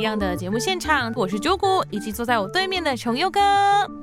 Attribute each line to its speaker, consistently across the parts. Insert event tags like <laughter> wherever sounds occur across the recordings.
Speaker 1: 样的节目现场，我是九谷，以及坐在我对面的琼佑哥。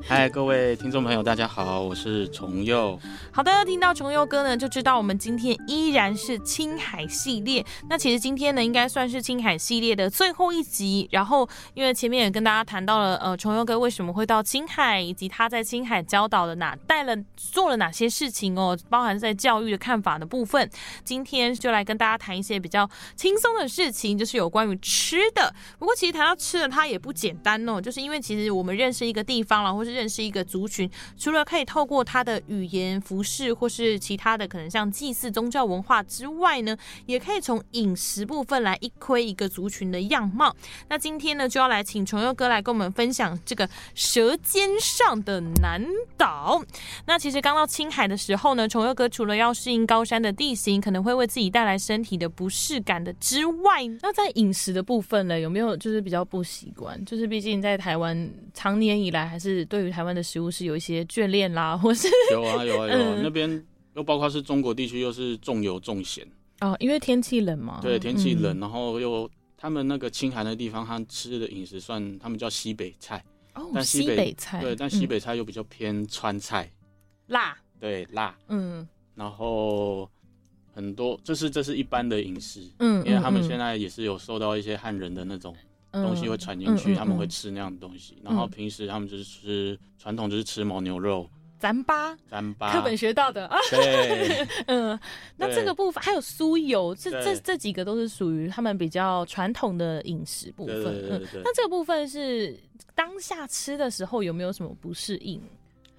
Speaker 2: 嗨，各位听众朋友，大家好，我是
Speaker 3: <laughs>
Speaker 2: 重佑。
Speaker 1: 好的，听到重佑哥呢，就知道我们今天依然是青海系列。那其实今天呢，应该算是青海系列的最后一集。然后，因为前面也跟大家谈到了，呃，重佑哥为什么会到青海，以及他在青海教导的哪带了做了哪些事情哦，包含在教育的看法的部分。今天就来跟大家谈一些比较轻松的事情，就是有关于吃的。不过，其实谈到吃的，它也不简单哦，就是因为其实我们认识一个地方啦，或是认识一个族群，除了可以透过它的语言、服饰或是其他的可能像祭祀、宗教文化之外呢，也可以从饮食部分来一窥一个族群的样貌。那今天呢，就要来请崇佑哥来跟我们分享这个舌尖上的南岛。那其实刚到青海的时候呢，崇佑哥除了要适应高山的地形，可能会为自己带来身体的不适感的之外，
Speaker 3: 那在饮食的部分呢，有没有就是比较不习惯？就是毕竟在台湾常年以来，还是对于台湾的食物是有一些眷恋啦，或是
Speaker 2: 有啊，有啊，有
Speaker 3: 嗯
Speaker 2: 啊，那边又包括是中国地区，又是重油重咸，
Speaker 3: <laughs> 哦，嗯因为天气冷嘛，
Speaker 2: 对，天气冷，然后又他们那个青海那地方，他吃的饮食算他们叫西北菜，
Speaker 3: 哦，嗯
Speaker 2: 但西
Speaker 3: 西
Speaker 2: 北
Speaker 3: 北菜，
Speaker 2: 对，但西北菜又比较偏川菜，
Speaker 1: 辣
Speaker 2: 对，辣，
Speaker 3: 嗯，
Speaker 2: 然后很多，这是这是一般的饮食，
Speaker 3: 嗯嗯，
Speaker 2: 因为他们
Speaker 3: 嗯
Speaker 2: 现在也是有受到一些汉人的那种
Speaker 3: 嗯
Speaker 2: 东西会传进
Speaker 3: 嗯
Speaker 2: 去，
Speaker 3: 嗯
Speaker 2: 他们会
Speaker 3: 嗯
Speaker 2: 吃那样的东西，然后平时他们就是吃传统就是吃牦牛肉、
Speaker 3: 咱巴
Speaker 2: 糌粑，
Speaker 3: 课本学到的啊， <laughs>
Speaker 2: <laughs> 对。
Speaker 3: 嗯，那这个部分还有酥油，这
Speaker 2: 对
Speaker 3: 这这几个都是属于他们比较传统的饮食部分。
Speaker 2: 对对对
Speaker 3: 嗯，
Speaker 2: 对对，
Speaker 3: 那这个部分是当下吃的时候有没有什么不适
Speaker 2: <laughs>
Speaker 3: 应？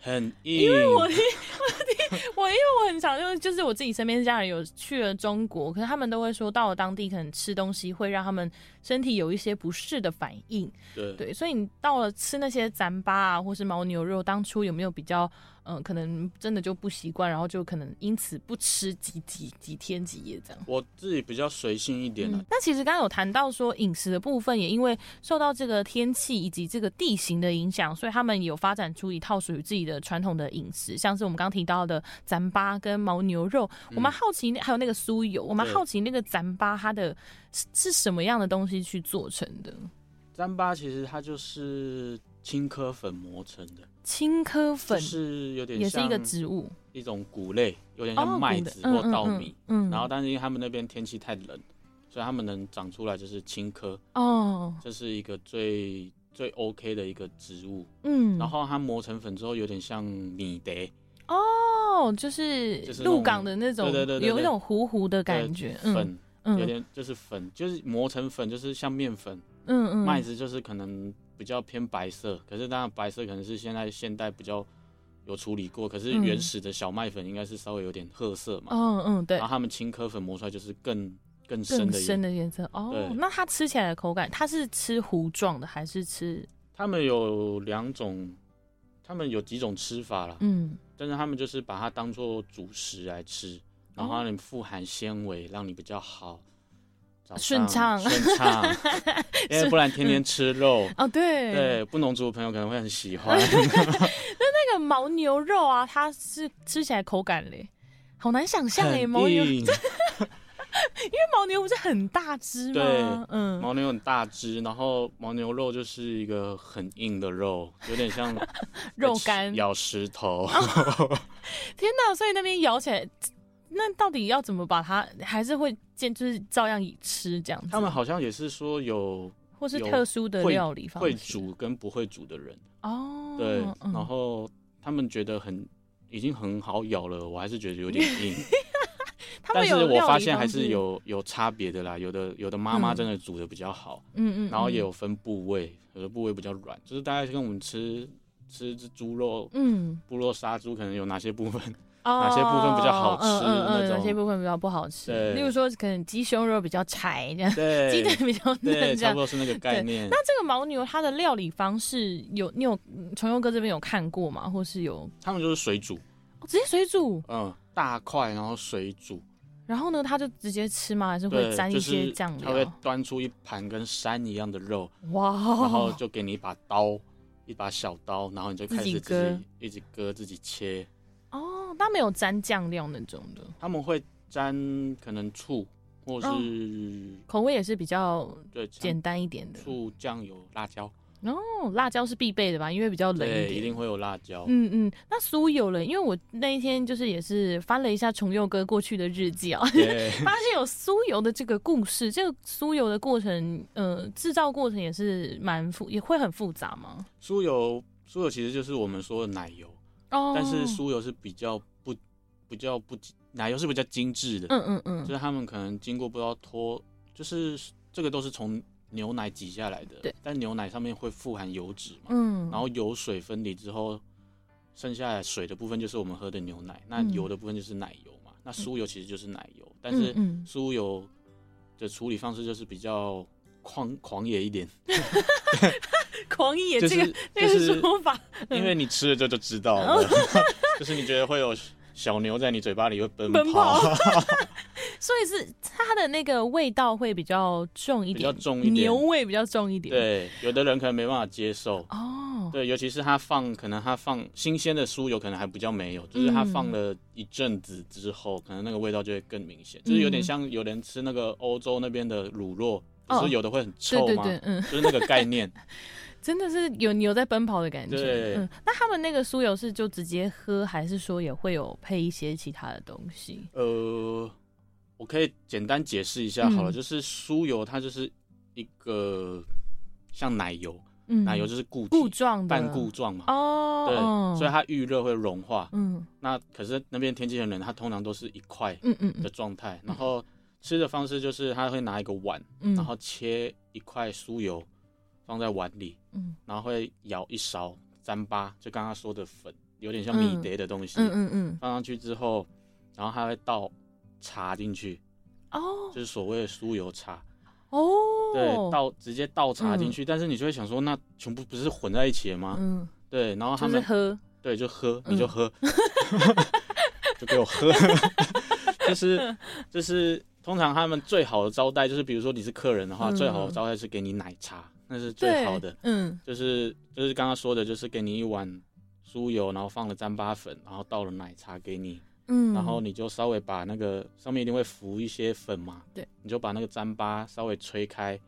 Speaker 2: 很硬。
Speaker 3: 因为我听我听 <laughs> 我因为我很常就就是我自己身边家人有去了中国，可是他们都会说到了当地可能吃东西会让他们身体有一些不适的反应。
Speaker 2: 对
Speaker 3: 对，所以你到了吃那些咱巴啊或是牦牛肉，当初有没有比较嗯、呃可能真的就不习惯，然后就可能因此不吃几几几天几夜这样？
Speaker 2: 我自己比较随性一点
Speaker 3: 嗯
Speaker 2: 啊，，
Speaker 3: 那其实刚刚有谈到说饮食的部分，也因为受到这个天气以及这个地形的影响，所以他们有发展出一套属于自己的传统的饮食，像是我们刚提到的咱巴跟牦牛肉。我们好奇，还有那个酥油，我们
Speaker 2: 嗯对
Speaker 3: 好奇那个咱巴它的是是什么样的东西去做成的？
Speaker 2: 糌粑其实它就是青稞粉磨成的，
Speaker 3: 青稞
Speaker 2: 就
Speaker 3: 粉
Speaker 2: 是有点
Speaker 3: 也是
Speaker 2: 像
Speaker 3: 一个植物，
Speaker 2: 一种谷类，有点
Speaker 3: 哦
Speaker 2: 像麦
Speaker 3: 谷的
Speaker 2: 子或稻米。
Speaker 3: 嗯，嗯嗯
Speaker 2: 然后，但是因为他们那边天气太冷，所以他们能长出来就是青稞，
Speaker 3: 哦，
Speaker 2: 这是一个最最 OK 的一个植物。
Speaker 3: 嗯，
Speaker 2: 然后它磨成粉之后，有点像米德，
Speaker 3: 哦，就是
Speaker 2: 就是那种
Speaker 3: 鹿港的那种，
Speaker 2: 对对对对
Speaker 3: 有一种糊糊的
Speaker 2: 对
Speaker 3: 感觉，嗯
Speaker 2: 粉
Speaker 3: 嗯
Speaker 2: 有点就是粉，就是磨成粉，就是像面粉。
Speaker 3: 嗯嗯，
Speaker 2: 麦子就是可能比较偏白色，可是当然白色可能是现在现代比较有处理过，可是原始的小麦粉应该是稍微有点褐色嘛。
Speaker 3: 嗯嗯，对
Speaker 2: 然后，他们青稞粉磨出来就是更更深
Speaker 3: 更
Speaker 2: 的颜
Speaker 3: 深。的颜色哦
Speaker 2: 对。
Speaker 3: 那它吃起来的口感，它是吃糊状的还是吃
Speaker 2: 他们有两种，他们有几种吃法啦，
Speaker 3: 嗯
Speaker 2: 但是他们就是把它当做主食来吃，然后让你富含纤维，让你比较好。早上
Speaker 3: 顺畅 <laughs>
Speaker 2: 顺畅，因为不然天天吃肉，
Speaker 3: 哦对
Speaker 2: 对不农族的朋友可能会很
Speaker 3: <laughs>
Speaker 2: 喜欢。
Speaker 3: 那个牦牛肉啊，它是吃起来口感嘞，好难想象哎，
Speaker 2: 很
Speaker 3: 牦牛因为
Speaker 2: 硬
Speaker 3: 牦牛不是很大只吗
Speaker 2: 对？
Speaker 3: 嗯，
Speaker 2: 牦牛很大只，然后牦牛肉就是一个很硬的肉，有点像
Speaker 3: <laughs> 肉干。哦
Speaker 2: 咬石头。
Speaker 3: 天哪，所以那边咬起来，那到底要怎么把它？还是会见就是照样吃这样子？
Speaker 2: <laughs> 他们好像也是说有
Speaker 3: 或是
Speaker 2: 有
Speaker 3: 特殊的
Speaker 2: 会
Speaker 3: 料理方式
Speaker 2: 会煮跟不会煮的人，
Speaker 3: 哦，
Speaker 2: 对，
Speaker 3: 嗯
Speaker 2: 然后他们觉得很已经很好咬了，我还是觉得有点硬。
Speaker 3: <laughs> 他
Speaker 2: 但
Speaker 3: 们
Speaker 2: 是
Speaker 3: 有
Speaker 2: 我
Speaker 3: 料
Speaker 2: 发
Speaker 3: 理
Speaker 2: 现还
Speaker 3: 方
Speaker 2: 是
Speaker 3: 式，
Speaker 2: 有有差别的啦，有的有的妈妈
Speaker 3: 嗯
Speaker 2: 真的煮的比较好，
Speaker 3: 嗯嗯，
Speaker 2: 然后也
Speaker 3: 嗯
Speaker 2: 有分部位，有的部位比较软，就是大概跟我们吃吃只猪肉。
Speaker 3: 嗯。
Speaker 2: 部落杀猪可能有哪些部分？
Speaker 3: <laughs> 哪
Speaker 2: 些部分比较好吃
Speaker 3: 嗯嗯嗯，
Speaker 2: 那种
Speaker 3: 哪些部分比较不好吃？
Speaker 2: 对
Speaker 3: 例如说，可能鸡胸肉比较柴这样，
Speaker 2: 对，
Speaker 3: 鸡腿比较
Speaker 2: <laughs> 对，
Speaker 3: 嫩 <laughs> 这
Speaker 2: 差
Speaker 3: 样
Speaker 2: 不。多是那个概念。
Speaker 3: 那这个牦牛它的料理方式有你有重佑哥这边有看过吗？或是有、
Speaker 2: 他们就是水煮，
Speaker 3: 哦直接水煮，
Speaker 2: 嗯，大块然后水煮，
Speaker 3: 然后呢，它就直接吃吗？还是会
Speaker 2: 对，
Speaker 3: 沾一
Speaker 2: 就是
Speaker 3: 些酱
Speaker 2: 他
Speaker 3: 料？
Speaker 2: 会端出一盘跟山一样的肉，
Speaker 3: 哇哦，
Speaker 2: 然后就给你一把刀，一把小刀，然后你就开
Speaker 3: 自己
Speaker 2: 始
Speaker 3: 割
Speaker 2: 自己一直割自己切。
Speaker 3: 哦，它没有沾酱料那种的，
Speaker 2: 他们会沾可能醋，或
Speaker 3: 哦
Speaker 2: 是
Speaker 3: 口味也是比较
Speaker 2: 对
Speaker 3: 简单一点的。
Speaker 2: 醋、酱油、辣椒，
Speaker 3: 哦，辣椒是必备的吧？因为比较冷一
Speaker 2: 对，
Speaker 3: 点。
Speaker 2: 一定会有辣椒。
Speaker 3: 嗯嗯，那酥有了，因为我那一天就是也是翻了一下重佑哥过去的日记啊，
Speaker 2: <laughs> 对，
Speaker 3: 发现有酥油的这个故事。这个酥油的过程，呃，制造过程也是蛮复，也会很复杂吗？
Speaker 2: 酥油，酥油其实就是我们说的奶油，
Speaker 3: 哦
Speaker 2: 但是，酥油是比较不比较不奶油是比较精致的，
Speaker 3: 嗯嗯嗯
Speaker 2: 就，是他们可能经过不知道脱，就是这个都是从牛奶挤下来的，
Speaker 3: 对，
Speaker 2: 但牛奶上面会富含油脂嘛，
Speaker 3: 嗯，
Speaker 2: 然后油水分离之后，剩下来水的部分就是我们喝的牛奶，那
Speaker 3: 嗯
Speaker 2: 油的部分就是奶油嘛，那酥油其实就是奶油，但是
Speaker 3: 嗯
Speaker 2: 酥油的处理方式就是比较狂狂野一点，
Speaker 3: 嗯 <laughs> 狂野
Speaker 2: 就
Speaker 3: 这个、
Speaker 2: 是
Speaker 3: 这
Speaker 2: 就
Speaker 3: 个
Speaker 2: 是
Speaker 3: 说嗯哦法，
Speaker 2: 因为你吃了这就知道了， <laughs> 就是你觉得会有小牛在你嘴巴里会
Speaker 3: <laughs>
Speaker 2: 奔
Speaker 3: 奔跑 <laughs> 所以是它的那个味道会比较重一
Speaker 2: 比
Speaker 3: 点，
Speaker 2: 较重一点
Speaker 3: 牛味比较重一点，，
Speaker 2: 对，有的人可能没办法接受。
Speaker 3: 哦，
Speaker 2: 对，尤其是他放，可能他放新鲜的酥油，可能还比较没有，就是他
Speaker 3: 嗯
Speaker 2: 放了一阵子之后，可能那个味道就会更明显，就是有点像有人吃那个欧洲那边的乳酪，
Speaker 3: 嗯哦
Speaker 2: 不是有的会很
Speaker 3: 对
Speaker 2: 臭
Speaker 3: 对
Speaker 2: 吗？
Speaker 3: 对，嗯。
Speaker 2: 就是那个
Speaker 3: <laughs>
Speaker 2: 概念。
Speaker 3: 真的是有牛在奔跑的感觉。
Speaker 2: 对
Speaker 3: 嗯，那他们那个酥油是就直接喝，还是说也会有配一些其他的东西？
Speaker 2: 呃，我可以简单解释一下好了，
Speaker 3: 嗯
Speaker 2: 就是酥油它就是一个像奶油，
Speaker 3: 嗯，
Speaker 2: 奶油就是固体
Speaker 3: 固状的，
Speaker 2: 半固状嘛，
Speaker 3: 哦，
Speaker 2: 对，
Speaker 3: 哦
Speaker 2: 所以它遇热会融化。
Speaker 3: 嗯
Speaker 2: 那可是那边天气很冷，它通常都是一块
Speaker 3: 嗯嗯
Speaker 2: 的状态。然后吃的方式就是他会拿一个碗，
Speaker 3: 嗯，
Speaker 2: 然后切一块酥油放在碗里，
Speaker 3: 嗯
Speaker 2: 然后会舀一勺糌粑，就刚刚说的粉，有点像米碟的东西，
Speaker 3: 嗯嗯嗯，
Speaker 2: 放上去之后，然后他会倒茶进去，
Speaker 3: 哦
Speaker 2: 就是所谓的酥油茶。
Speaker 3: 哦，
Speaker 2: 对，倒直接倒茶进去，但是你就会想说，那全部不是混在一起的吗？
Speaker 3: 嗯，
Speaker 2: 对，然后他
Speaker 3: 就是
Speaker 2: 们
Speaker 3: 喝，
Speaker 2: 对就喝，
Speaker 3: 嗯
Speaker 2: 你就喝， <laughs> 就给我喝， <laughs> 就是就是通常他们最好的招待就是，比如说你是客人的话，
Speaker 3: 嗯
Speaker 2: 最好的招待是给你奶茶，那是最
Speaker 3: 对，
Speaker 2: 好的，
Speaker 3: 嗯
Speaker 2: 就是就是刚刚说的，就是给你一碗。酥油，然后放了糌粑粉，然后倒了奶茶给你，
Speaker 3: 嗯，
Speaker 2: 然后你就稍微把那个上面一定会浮一些粉嘛，
Speaker 3: 对，
Speaker 2: 你就把那个糌粑稍微吹开，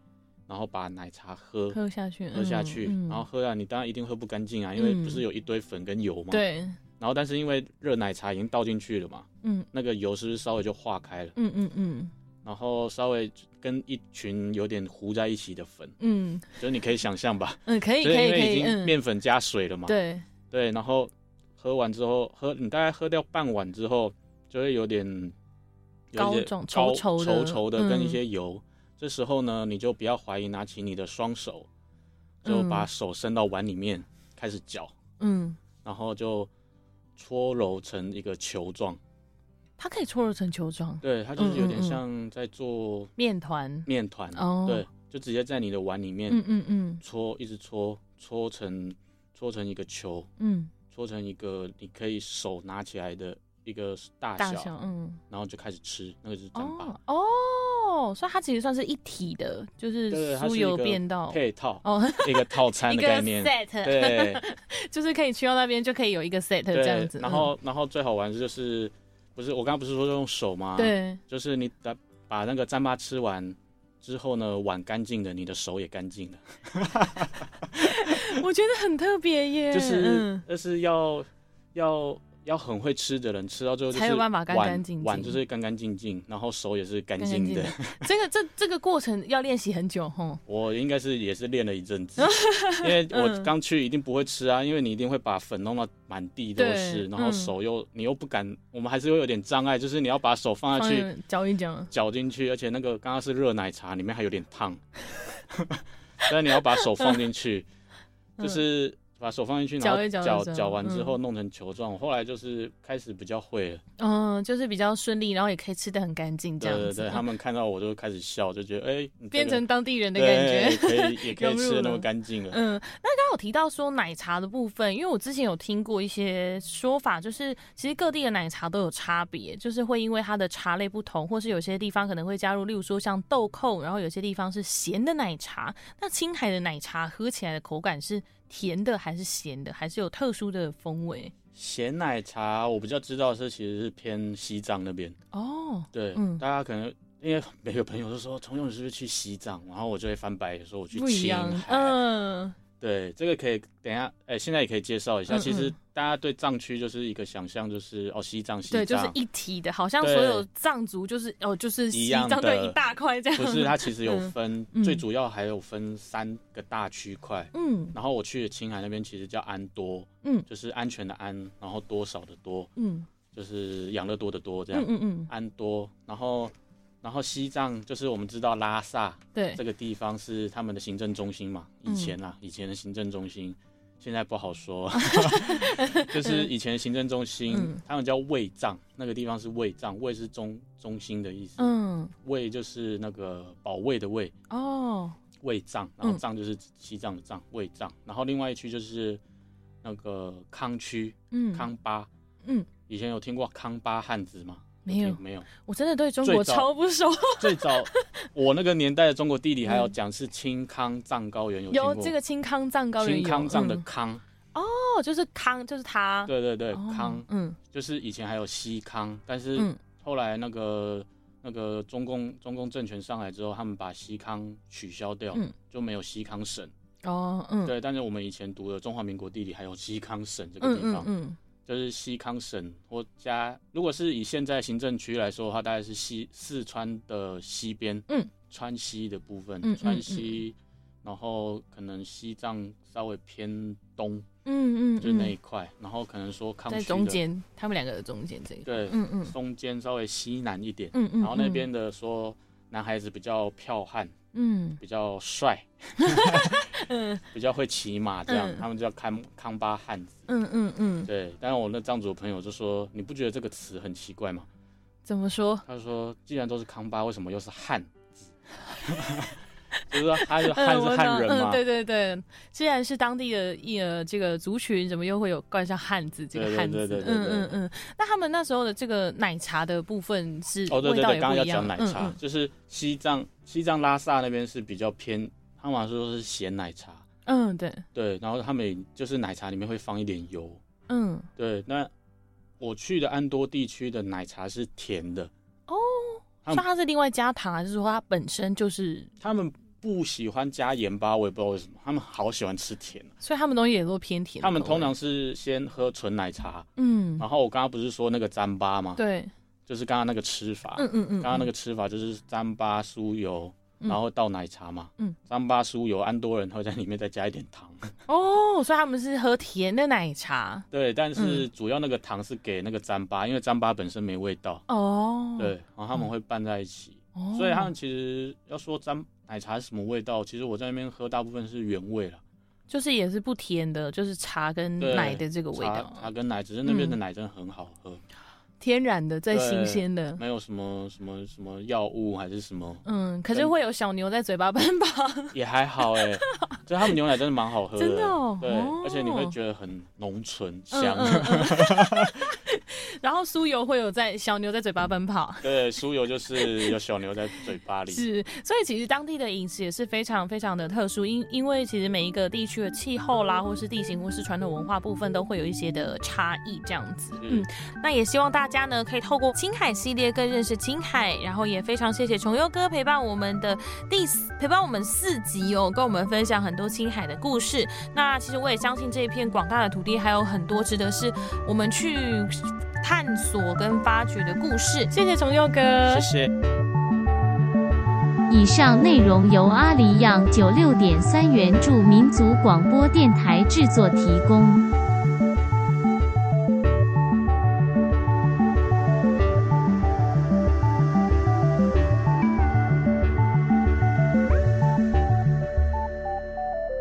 Speaker 2: 然后把奶茶喝
Speaker 3: 喝下去，
Speaker 2: 喝下去，
Speaker 3: 嗯嗯
Speaker 2: 然后喝啊，你当然一定喝不干净啊，因为
Speaker 3: 嗯
Speaker 2: 不是有一堆粉跟油嘛，，
Speaker 3: 对，
Speaker 2: 然后但是因为热奶茶已经倒进去了嘛，
Speaker 3: 嗯
Speaker 2: 那个油是不是稍微就化开了，
Speaker 3: 嗯嗯嗯
Speaker 2: 然后稍微跟一群有点糊在一起的粉，
Speaker 3: 嗯
Speaker 2: 就是你可以想象吧，
Speaker 3: 嗯，可以
Speaker 2: 就是
Speaker 3: 可
Speaker 2: 因
Speaker 3: 以可
Speaker 2: 为已
Speaker 3: 以，
Speaker 2: 经
Speaker 3: 嗯，
Speaker 2: 面粉加水了嘛，
Speaker 3: 对，
Speaker 2: 对，然后喝完之后，喝你大概喝掉半碗之后，就会有点有一
Speaker 3: 高
Speaker 2: 些
Speaker 3: 肿
Speaker 2: 高
Speaker 3: 稠稠的
Speaker 2: 稠稠的，跟
Speaker 3: 嗯
Speaker 2: 一些油。这时候呢，你就不要怀疑，拿起你的双手，就把
Speaker 3: 嗯
Speaker 2: 手伸到碗里面开始搅，
Speaker 3: 嗯，
Speaker 2: 然后就搓揉成一个球状。
Speaker 3: 它可以搓揉成球状，
Speaker 2: 对，它就是
Speaker 3: 嗯
Speaker 2: 有
Speaker 3: 嗯
Speaker 2: 点
Speaker 3: 嗯
Speaker 2: 像在做
Speaker 3: 面团，
Speaker 2: 面团，
Speaker 3: 哦
Speaker 2: 对，就直接在你的碗里面
Speaker 3: 嗯嗯嗯
Speaker 2: 搓，一直搓，搓成搓成一个球，
Speaker 3: 嗯，
Speaker 2: 搓成一个你可以手拿起来的一个大
Speaker 3: 大
Speaker 2: 小，
Speaker 3: 小，嗯。
Speaker 2: 然后就开始吃，那个就是糌粑，
Speaker 3: 哦哦，所以它其实算是一体的，就是
Speaker 2: 对，它
Speaker 3: 酥
Speaker 2: 是一
Speaker 3: 油
Speaker 2: 个
Speaker 3: 变到
Speaker 2: 配套，
Speaker 3: 哦
Speaker 2: 一个
Speaker 3: <laughs>
Speaker 2: 套餐
Speaker 3: 一
Speaker 2: 的
Speaker 3: 个
Speaker 2: 概念。
Speaker 3: set，
Speaker 2: 对
Speaker 3: <laughs> 就是可以去到那边就可以有一个 set 这样
Speaker 2: 对
Speaker 3: 子，，嗯
Speaker 2: 然后然后最好玩的就是，不是我刚刚不是说用手吗？
Speaker 3: 嗯，对，
Speaker 2: 就是你把把那个糌粑吃完之后呢，碗干净了，你的手也干净了，
Speaker 3: 我觉得很特别耶，
Speaker 2: 就是
Speaker 3: 嗯
Speaker 2: 就是要要。要很会吃的人，吃到最后就是
Speaker 3: 才有办法干干净净
Speaker 2: 碗碗就是干干净净，然后手也是干
Speaker 3: 干干
Speaker 2: 净
Speaker 3: 净
Speaker 2: 的。
Speaker 3: 净这个这这个过程要练习很久吼，
Speaker 2: <laughs> 我应该是也是练了一
Speaker 3: <laughs>
Speaker 2: 阵子，因为
Speaker 3: 嗯
Speaker 2: 我刚去一定不会吃啊，因为你一定会把粉弄到满地都是，
Speaker 3: 对
Speaker 2: 然后
Speaker 3: 嗯
Speaker 2: 手又、你又不敢，我们还是会有点障碍，就是你要把手放下
Speaker 3: 放
Speaker 2: 去
Speaker 3: 眼嚼一嚼，
Speaker 2: 搅进去，而且那个刚刚是热奶茶，里面还有点烫， <laughs> 但你要把手放进去，
Speaker 3: 嗯
Speaker 2: 就是把手放进去，然
Speaker 3: 搅
Speaker 2: 后
Speaker 3: 一搅
Speaker 2: 搅
Speaker 3: 搅
Speaker 2: 搅完之后弄成球状。我后来就是开始比较会了，
Speaker 3: 嗯，就是比较顺利，然后也可以吃的很干净这
Speaker 2: 对
Speaker 3: 样
Speaker 2: 对
Speaker 3: 子，嗯
Speaker 2: 对，他们看到我就开始笑，就觉得哎、你这个
Speaker 3: 变成 <laughs> 当地人的感觉。
Speaker 2: 对可以也可
Speaker 3: 融
Speaker 2: 以
Speaker 3: 入
Speaker 2: 吃的那么
Speaker 3: 了
Speaker 2: 干净了。
Speaker 3: <laughs> 嗯，那刚刚有提到说奶茶的部分，因为我之前有听过一些说法，就是其实各地的奶茶都有差别，就是会因为它的茶类不同，或是有些地方可能会加入，例如说像豆蔻，然后有些地方是咸的奶茶。那青海的奶茶喝起来的口感是甜的还是咸的，还是有特殊的风味？
Speaker 2: 咸奶茶我比较知道是其实是偏西藏那边，
Speaker 3: 哦，
Speaker 2: 对，
Speaker 3: 嗯
Speaker 2: 大家可能因为每个朋友都说重永是不是去西藏，然后我就会翻白眼说我去
Speaker 3: 不一
Speaker 2: 青
Speaker 3: 样，
Speaker 2: 海。啊
Speaker 3: 嗯，
Speaker 2: 对，这个可以等一下，哎、现在也可以介绍一下。
Speaker 3: 嗯
Speaker 2: 其实
Speaker 3: 嗯
Speaker 2: 大家对藏区就是一个想象，就是哦，西藏，西藏，
Speaker 3: 对，就是一体的，好像所
Speaker 2: 对
Speaker 3: 有藏族就是哦，就是
Speaker 2: 一
Speaker 3: 西
Speaker 2: 样
Speaker 3: 藏对
Speaker 2: 的
Speaker 3: 一大块这样，
Speaker 2: 不是它其实有
Speaker 3: 嗯
Speaker 2: 分，
Speaker 3: 嗯
Speaker 2: 最主要还有分三个大区块。
Speaker 3: 嗯
Speaker 2: 然后我去的青海那边其实叫安多，
Speaker 3: 嗯
Speaker 2: 就是安全的安，然后多少的多，
Speaker 3: 嗯
Speaker 2: 就是养乐多的多这样
Speaker 3: 嗯。嗯嗯，
Speaker 2: 安多，然后然后西藏就是我们知道拉萨
Speaker 3: 对嗯
Speaker 2: 这，个地方是他们的行政中心嘛，以前啦，以前的行政中心，现在不
Speaker 3: <laughs>
Speaker 2: 好说， <laughs> 就是以前的行政中心
Speaker 3: 嗯，
Speaker 2: 他们叫卫藏，那个地方是卫藏，卫是中中心的意思，
Speaker 3: 嗯
Speaker 2: 卫就是那个保卫的卫，
Speaker 3: 哦，
Speaker 2: 卫藏，然后
Speaker 3: 嗯
Speaker 2: 藏就是西藏的藏，卫藏，然后另外一区就是那个康区，
Speaker 3: 嗯，
Speaker 2: 康巴，
Speaker 3: 嗯，
Speaker 2: 以前有听过康巴汉字吗？
Speaker 3: 没有
Speaker 2: 听没有。
Speaker 3: 我真的对中
Speaker 2: 最
Speaker 3: 国
Speaker 2: 早
Speaker 3: 超不熟，
Speaker 2: 最
Speaker 3: <laughs>
Speaker 2: 早我那个年代的中国地理还有讲是青康藏高原，有听
Speaker 3: 嗯有
Speaker 2: 过
Speaker 3: 这个青康藏高原
Speaker 2: 青
Speaker 3: 有
Speaker 2: 康藏的
Speaker 3: 嗯
Speaker 2: 康，
Speaker 3: 哦，就是康，就是他，
Speaker 2: 对对对，
Speaker 3: 哦
Speaker 2: 康
Speaker 3: 嗯
Speaker 2: 就是以前还有西康，但是
Speaker 3: 嗯
Speaker 2: 后来那个那个中共中共政权上来之后，他们把西康取消掉
Speaker 3: 嗯，
Speaker 2: 就没有西康省。
Speaker 3: 哦嗯，
Speaker 2: 对，但是我们以前读的中华民国地理还有西康省这个
Speaker 3: 嗯
Speaker 2: 地
Speaker 3: 嗯
Speaker 2: 方，
Speaker 3: 嗯，
Speaker 2: 就是西康省或加，如果是以现在行政区来说的话，大概是西四川的西边，
Speaker 3: 嗯，
Speaker 2: 川西的部分，
Speaker 3: 嗯嗯
Speaker 2: 川西，然后可能西藏稍微偏东，
Speaker 3: 嗯嗯，
Speaker 2: 就是那
Speaker 3: 嗯
Speaker 2: 一块，然后可能说康区
Speaker 3: 在
Speaker 2: 的
Speaker 3: 中，间，他们两个的中间这一块，
Speaker 2: 对，
Speaker 3: 嗯嗯
Speaker 2: 中间稍微西南一点，
Speaker 3: 嗯嗯，
Speaker 2: 然后那
Speaker 3: 嗯
Speaker 2: 边的说男孩子比较剽悍，
Speaker 3: 嗯
Speaker 2: 比较帅，
Speaker 3: 嗯
Speaker 2: 比较会骑马，这样、
Speaker 3: 嗯
Speaker 2: 他们叫康康巴汉子。
Speaker 3: 嗯嗯嗯，
Speaker 2: 对，但是我那藏族的朋友就说，你不觉得这个词很奇怪吗？
Speaker 3: 怎么说？
Speaker 2: 他说：“既然都是康巴，为什么又是汉字？” <laughs> 就是说他是 <laughs> 汉
Speaker 3: 嗯，
Speaker 2: 是
Speaker 3: 我
Speaker 2: 汉人
Speaker 3: 嗯，
Speaker 2: 嘛，
Speaker 3: 对对对，虽然是当地的一呃这个族群，怎么又会有冠上汉字这个
Speaker 2: 对
Speaker 3: 汉字
Speaker 2: 对？对对对对
Speaker 3: 嗯嗯嗯。那他们那时候的这个奶茶的部分是
Speaker 2: 哦对
Speaker 3: 味
Speaker 2: 对
Speaker 3: 道
Speaker 2: 对，
Speaker 3: 也
Speaker 2: 刚刚
Speaker 3: 不
Speaker 2: 要
Speaker 3: 一样
Speaker 2: 讲奶茶，
Speaker 3: 嗯
Speaker 2: 就是西藏西藏拉萨那边是比较偏，他们好像说是咸奶茶，
Speaker 3: 嗯嗯对，
Speaker 2: 对，然后他们也就是奶茶里面会放一点油，
Speaker 3: 嗯
Speaker 2: 对。那我去的安多地区的奶茶是甜的，
Speaker 3: 哦，
Speaker 2: 他
Speaker 3: 所以
Speaker 2: 们
Speaker 3: 它是另外加糖，还是说它本身就是？
Speaker 2: 他们不喜欢加盐巴，我也不知道为什么，他们好喜欢吃甜啊、
Speaker 3: 所以他们东西也都偏甜的
Speaker 2: 他
Speaker 3: 口味。
Speaker 2: 们通常哦是先喝纯奶茶，
Speaker 3: 嗯
Speaker 2: 然后我刚刚不是说那个糌粑吗？
Speaker 3: 对，
Speaker 2: 就是刚刚那个吃法，
Speaker 3: 嗯嗯嗯，
Speaker 2: 刚刚那
Speaker 3: 个
Speaker 2: 个吃法就是糌粑酥油，
Speaker 3: 嗯
Speaker 2: 然后倒奶茶嘛。
Speaker 3: 嗯，
Speaker 2: 糌粑酥油，安多人会在里面再加一点糖。
Speaker 3: 哦，所以他们是喝甜的奶茶
Speaker 2: 对，但
Speaker 3: 嗯
Speaker 2: 是主要那个糖是给那个糌粑，因为糌粑本身没味道。
Speaker 3: 哦。
Speaker 2: 对，，然后他们会拌在一起，
Speaker 3: 哦、
Speaker 2: 所以他们其实要说糌奶茶是什么味道，其实我在那边喝大部分是原味了，
Speaker 3: 就是也是不甜的，就是茶跟
Speaker 2: 对
Speaker 3: 奶的这个味
Speaker 2: 茶
Speaker 3: 道，啊嗯
Speaker 2: 茶跟奶，只是那边的奶真的很好喝，
Speaker 3: 天然的，最
Speaker 2: 对
Speaker 3: 新鲜的。
Speaker 2: 没有什么什么什么药物还是什么，
Speaker 3: 嗯，可是会有小牛在嘴巴奔跑，
Speaker 2: 也还好哎、
Speaker 3: <laughs>
Speaker 2: 就他们牛奶真的蛮好喝的，
Speaker 3: 真的哦
Speaker 2: 对，
Speaker 3: 哦
Speaker 2: 而且你会觉得很浓醇
Speaker 3: 嗯
Speaker 2: 香， <laughs>
Speaker 3: 嗯嗯然后酥油会有在小牛在嘴巴奔跑。
Speaker 2: 对，酥油就是有小牛在嘴巴里，
Speaker 3: 是，所以其实当地的饮食也是非常非常的特殊，因因为其实每一个地区的气候啦，或是地形，或是传统文化部分，都会有一些的差异这样子。
Speaker 2: 是
Speaker 3: 嗯，
Speaker 1: 那也希望大家呢可以透过青海系列更认识青海，然后也非常谢谢崇优哥陪伴我们的第四陪伴我们四集哦，跟我们分享很多青海的故事。那其实我也相信这一片广大的土地还有很多值得是我们去探索跟发掘的故事。
Speaker 3: 谢谢重佑哥，
Speaker 2: 谢谢。
Speaker 4: 以上内容由阿里样九六点三元助民族广播电台制作提供。